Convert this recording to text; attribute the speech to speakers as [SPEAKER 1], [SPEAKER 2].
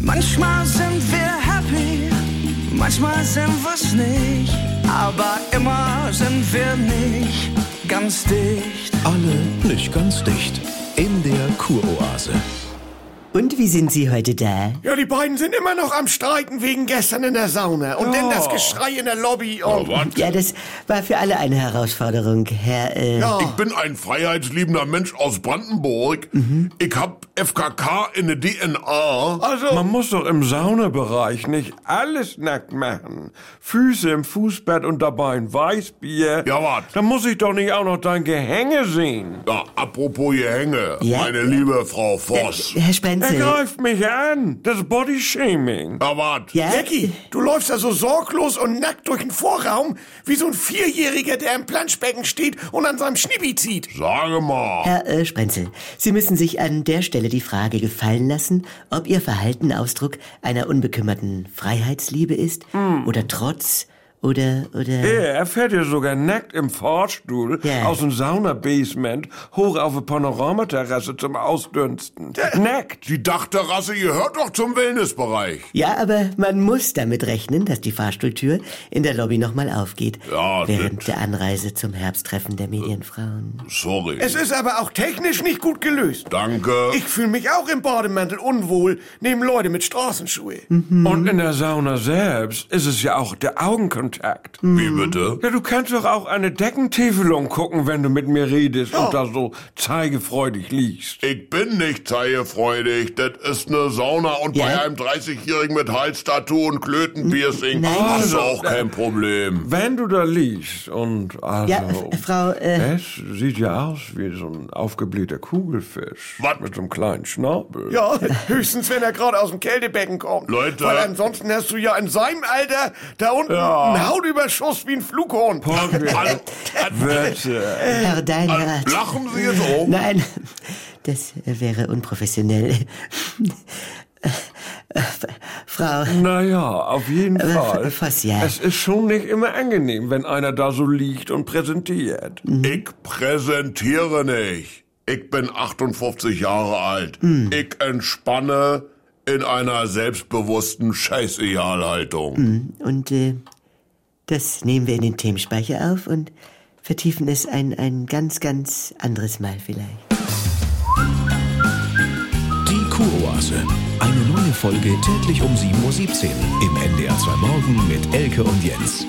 [SPEAKER 1] Manchmal sind wir happy, manchmal sind wir's nicht, aber immer sind wir nicht ganz dicht.
[SPEAKER 2] Alle nicht ganz dicht. In der Kuroase.
[SPEAKER 3] Und wie sind Sie heute da?
[SPEAKER 4] Ja, die beiden sind immer noch am Streiken wegen gestern in der Sauna. Und dann das Geschrei in der Lobby. Und
[SPEAKER 3] Ja, das war für alle eine Herausforderung, Herr. Äh,
[SPEAKER 5] Ich bin ein freiheitsliebender Mensch aus Brandenburg. Ich hab FKK in der DNA.
[SPEAKER 4] also,
[SPEAKER 6] Man muss doch im Saunabereich nicht alles nackt machen. Füße im Fußbett und dabei ein Weißbier.
[SPEAKER 5] Ja, wat?
[SPEAKER 6] Dann muss ich doch nicht auch noch dein Gehänge sehen.
[SPEAKER 5] Ja, apropos Gehänge,
[SPEAKER 3] Ja?
[SPEAKER 5] meine liebe Frau Voss.
[SPEAKER 3] Herr
[SPEAKER 6] Er
[SPEAKER 3] Spenzel.
[SPEAKER 6] greift mich an. Das ist Bodyshaming.
[SPEAKER 5] Ja, wat?
[SPEAKER 3] Ja?
[SPEAKER 4] Jackie, du läufst da so sorglos und nackt durch den Vorraum, wie so ein Vierjähriger, der im Planschbecken steht und an seinem Schnibbi zieht.
[SPEAKER 5] Sage mal.
[SPEAKER 3] Herr äh, Sprenzel, Sie müssen sich an der Stelle die Frage gefallen lassen, ob Ihr Verhalten Ausdruck einer unbekümmerten Freiheitsliebe ist
[SPEAKER 5] Hm.
[SPEAKER 3] oder Trotz oder oder.
[SPEAKER 5] Äh.
[SPEAKER 6] Er fährt ja sogar nackt im Fahrstuhl
[SPEAKER 3] Ja.
[SPEAKER 6] aus dem Sauna-Basement hoch auf eine Panoramaterrasse zum Ausdünsten. Nackt.
[SPEAKER 5] Die Dachterrasse gehört doch zum Wellnessbereich.
[SPEAKER 3] Ja, aber man muss damit rechnen, dass die Fahrstuhltür in der Lobby nochmal aufgeht.
[SPEAKER 5] Ja, Äh,
[SPEAKER 3] während der Anreise zum Herbsttreffen der Medienfrauen.
[SPEAKER 5] Sorry.
[SPEAKER 4] Es ist aber auch technisch nicht gut gelöst.
[SPEAKER 5] Danke.
[SPEAKER 4] Ich fühle mich auch im Bademantel unwohl, neben Leute mit Straßenschuhe.
[SPEAKER 6] Und in der Sauna selbst ist es ja auch der Augenkontakt.
[SPEAKER 3] Mhm.
[SPEAKER 5] Wie bitte?
[SPEAKER 6] Ja, du kannst doch auch eine Deckentäfelung gucken, wenn du mit mir redest
[SPEAKER 4] Ja.
[SPEAKER 6] und da so zeigefreudig liegst.
[SPEAKER 5] Ich bin nicht zeigefreudig. Das ist eine Sauna und
[SPEAKER 3] Ja?
[SPEAKER 5] bei einem 30-Jährigen mit Halstattoo und Klötenpiercing
[SPEAKER 3] Nein. also, äh,
[SPEAKER 5] das ist auch kein Problem.
[SPEAKER 6] Wenn du da liegst und also... ne,
[SPEAKER 3] Ja, F- Frau, äh,
[SPEAKER 6] es sieht ja aus wie so ein aufgeblähter Kugelfisch.
[SPEAKER 5] Was?
[SPEAKER 6] Mit so einem kleinen Schnabel.
[SPEAKER 4] Ja, höchstens, wenn er gerade aus dem Kältebecken kommt.
[SPEAKER 5] Leute.
[SPEAKER 4] Weil ansonsten hast du ja in seinem Alter da unten einen Hautüberschuss wie ein Flughorn.
[SPEAKER 5] Also,
[SPEAKER 6] Wörter.
[SPEAKER 3] Herr Deinhardt.
[SPEAKER 5] äh, lachen Sie jetzt um? auch?
[SPEAKER 3] Nein, das wäre unprofessionell. Frau,
[SPEAKER 6] Naja, auf jeden
[SPEAKER 3] Aber
[SPEAKER 6] Fall.
[SPEAKER 3] F- Fass, Äh, ja.
[SPEAKER 6] Es ist schon nicht immer angenehm, wenn einer da so liegt und präsentiert.
[SPEAKER 3] Mhm.
[SPEAKER 5] Ich präsentiere nicht. Ich bin 58 Jahre alt.
[SPEAKER 3] Mhm.
[SPEAKER 5] Ich entspanne in einer selbstbewussten Scheißegal-Haltung.
[SPEAKER 3] und äh, das nehmen wir in den Themenspeicher auf und vertiefen es ein, ein ganz, ganz anderes Mal vielleicht.
[SPEAKER 2] Die Kuroase. Eine neue Folge täglich um 7.17 Uhr im NDR 2 Morgen mit Elke und Jens.